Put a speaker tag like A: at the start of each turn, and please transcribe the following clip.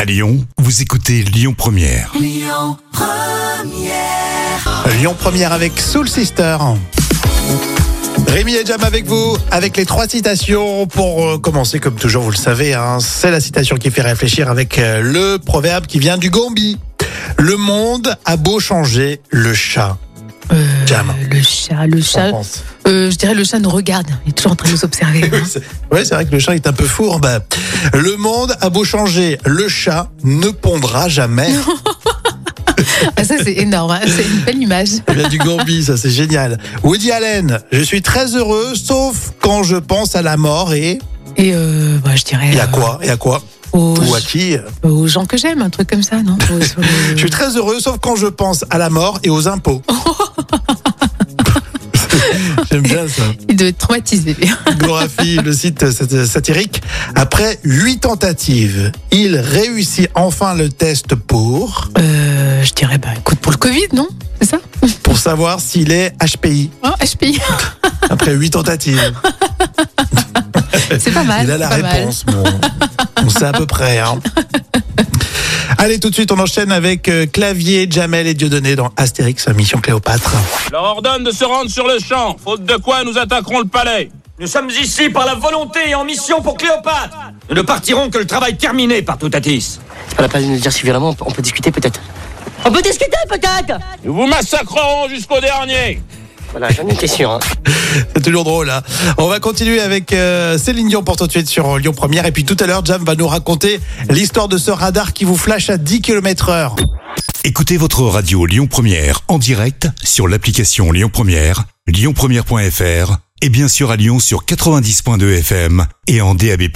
A: À Lyon, vous écoutez Lyon Première.
B: Lyon Première avec Soul Sister. Rémi et Jam avec vous, avec les trois citations. Pour euh, commencer, comme toujours, vous le savez, hein, c'est la citation qui fait réfléchir avec euh, le proverbe qui vient du Gambie. Le monde a beau changer, le chat.
C: Euh,
B: Jam.
C: Le chat, le
B: qu'en
C: chat.
B: pense
C: euh, je dirais le chat nous regarde. Il est toujours en train de nous observer.
B: Oui, c'est ouais, c'est vrai que le chat est un peu fourbe. Le monde a beau changer, le chat ne pondra jamais.
C: Ah, ça, c'est énorme. hein. C'est une belle image.
B: Ça vient du Gambie, ça c'est génial. Woody Allen, je suis très heureux, sauf quand je pense à la mort et...
C: Et euh, bah, je dirais.
B: Et à
C: euh,
B: quoi Et à quoi
C: aux,
B: Ou à qui
C: aux gens que j'aime, un truc comme ça, non Aux- sur le-
B: Je suis très heureux, sauf quand je pense à la mort et aux impôts. J'aime bien ça.
C: Il doit être traumatisé.
B: Gorafi, le site sat- satirique. Après huit tentatives, il réussit enfin le test pour
C: Euh, je dirais, bah, écoute, pour le Covid, non C'est ça
B: pour savoir s'il est HPI.
C: oh, HPI.
B: Après huit tentatives,
C: C'est pas mal.
B: il a la
C: c'est pas mal.
B: réponse. Bon, on sait à peu près. hein. Allez, tout de suite, on enchaîne avec euh, Clavier, Jamel et Dieudonné dans Astérix Mission Cléopâtre.
D: Je leur ordonne de se rendre sur le champ, faute de quoi nous attaquerons le palais.
E: Nous sommes ici par la volonté et en mission pour Cléopâtre. Nous ne partirons que le travail terminé par Toutatis.
F: C'est pas la peine de le dire si violemment, on peut- on peut discuter peut-être. On peut discuter peut-être
D: Nous vous massacrerons jusqu'au dernier.
F: Voilà, j'en étais sûr. Hein.
B: C'est toujours drôle. hein. On va continuer avec euh, Céline Dion pour tout de suite sur euh, Lyon Première. Et puis tout à l'heure, Jam va nous raconter l'histoire de ce radar qui vous flash à 10 km heure.
A: Écoutez votre radio Lyon Première en direct sur l'application Lyon Première, lyonpremière.fr et bien sûr à Lyon sur 90.2 FM et en DAB+.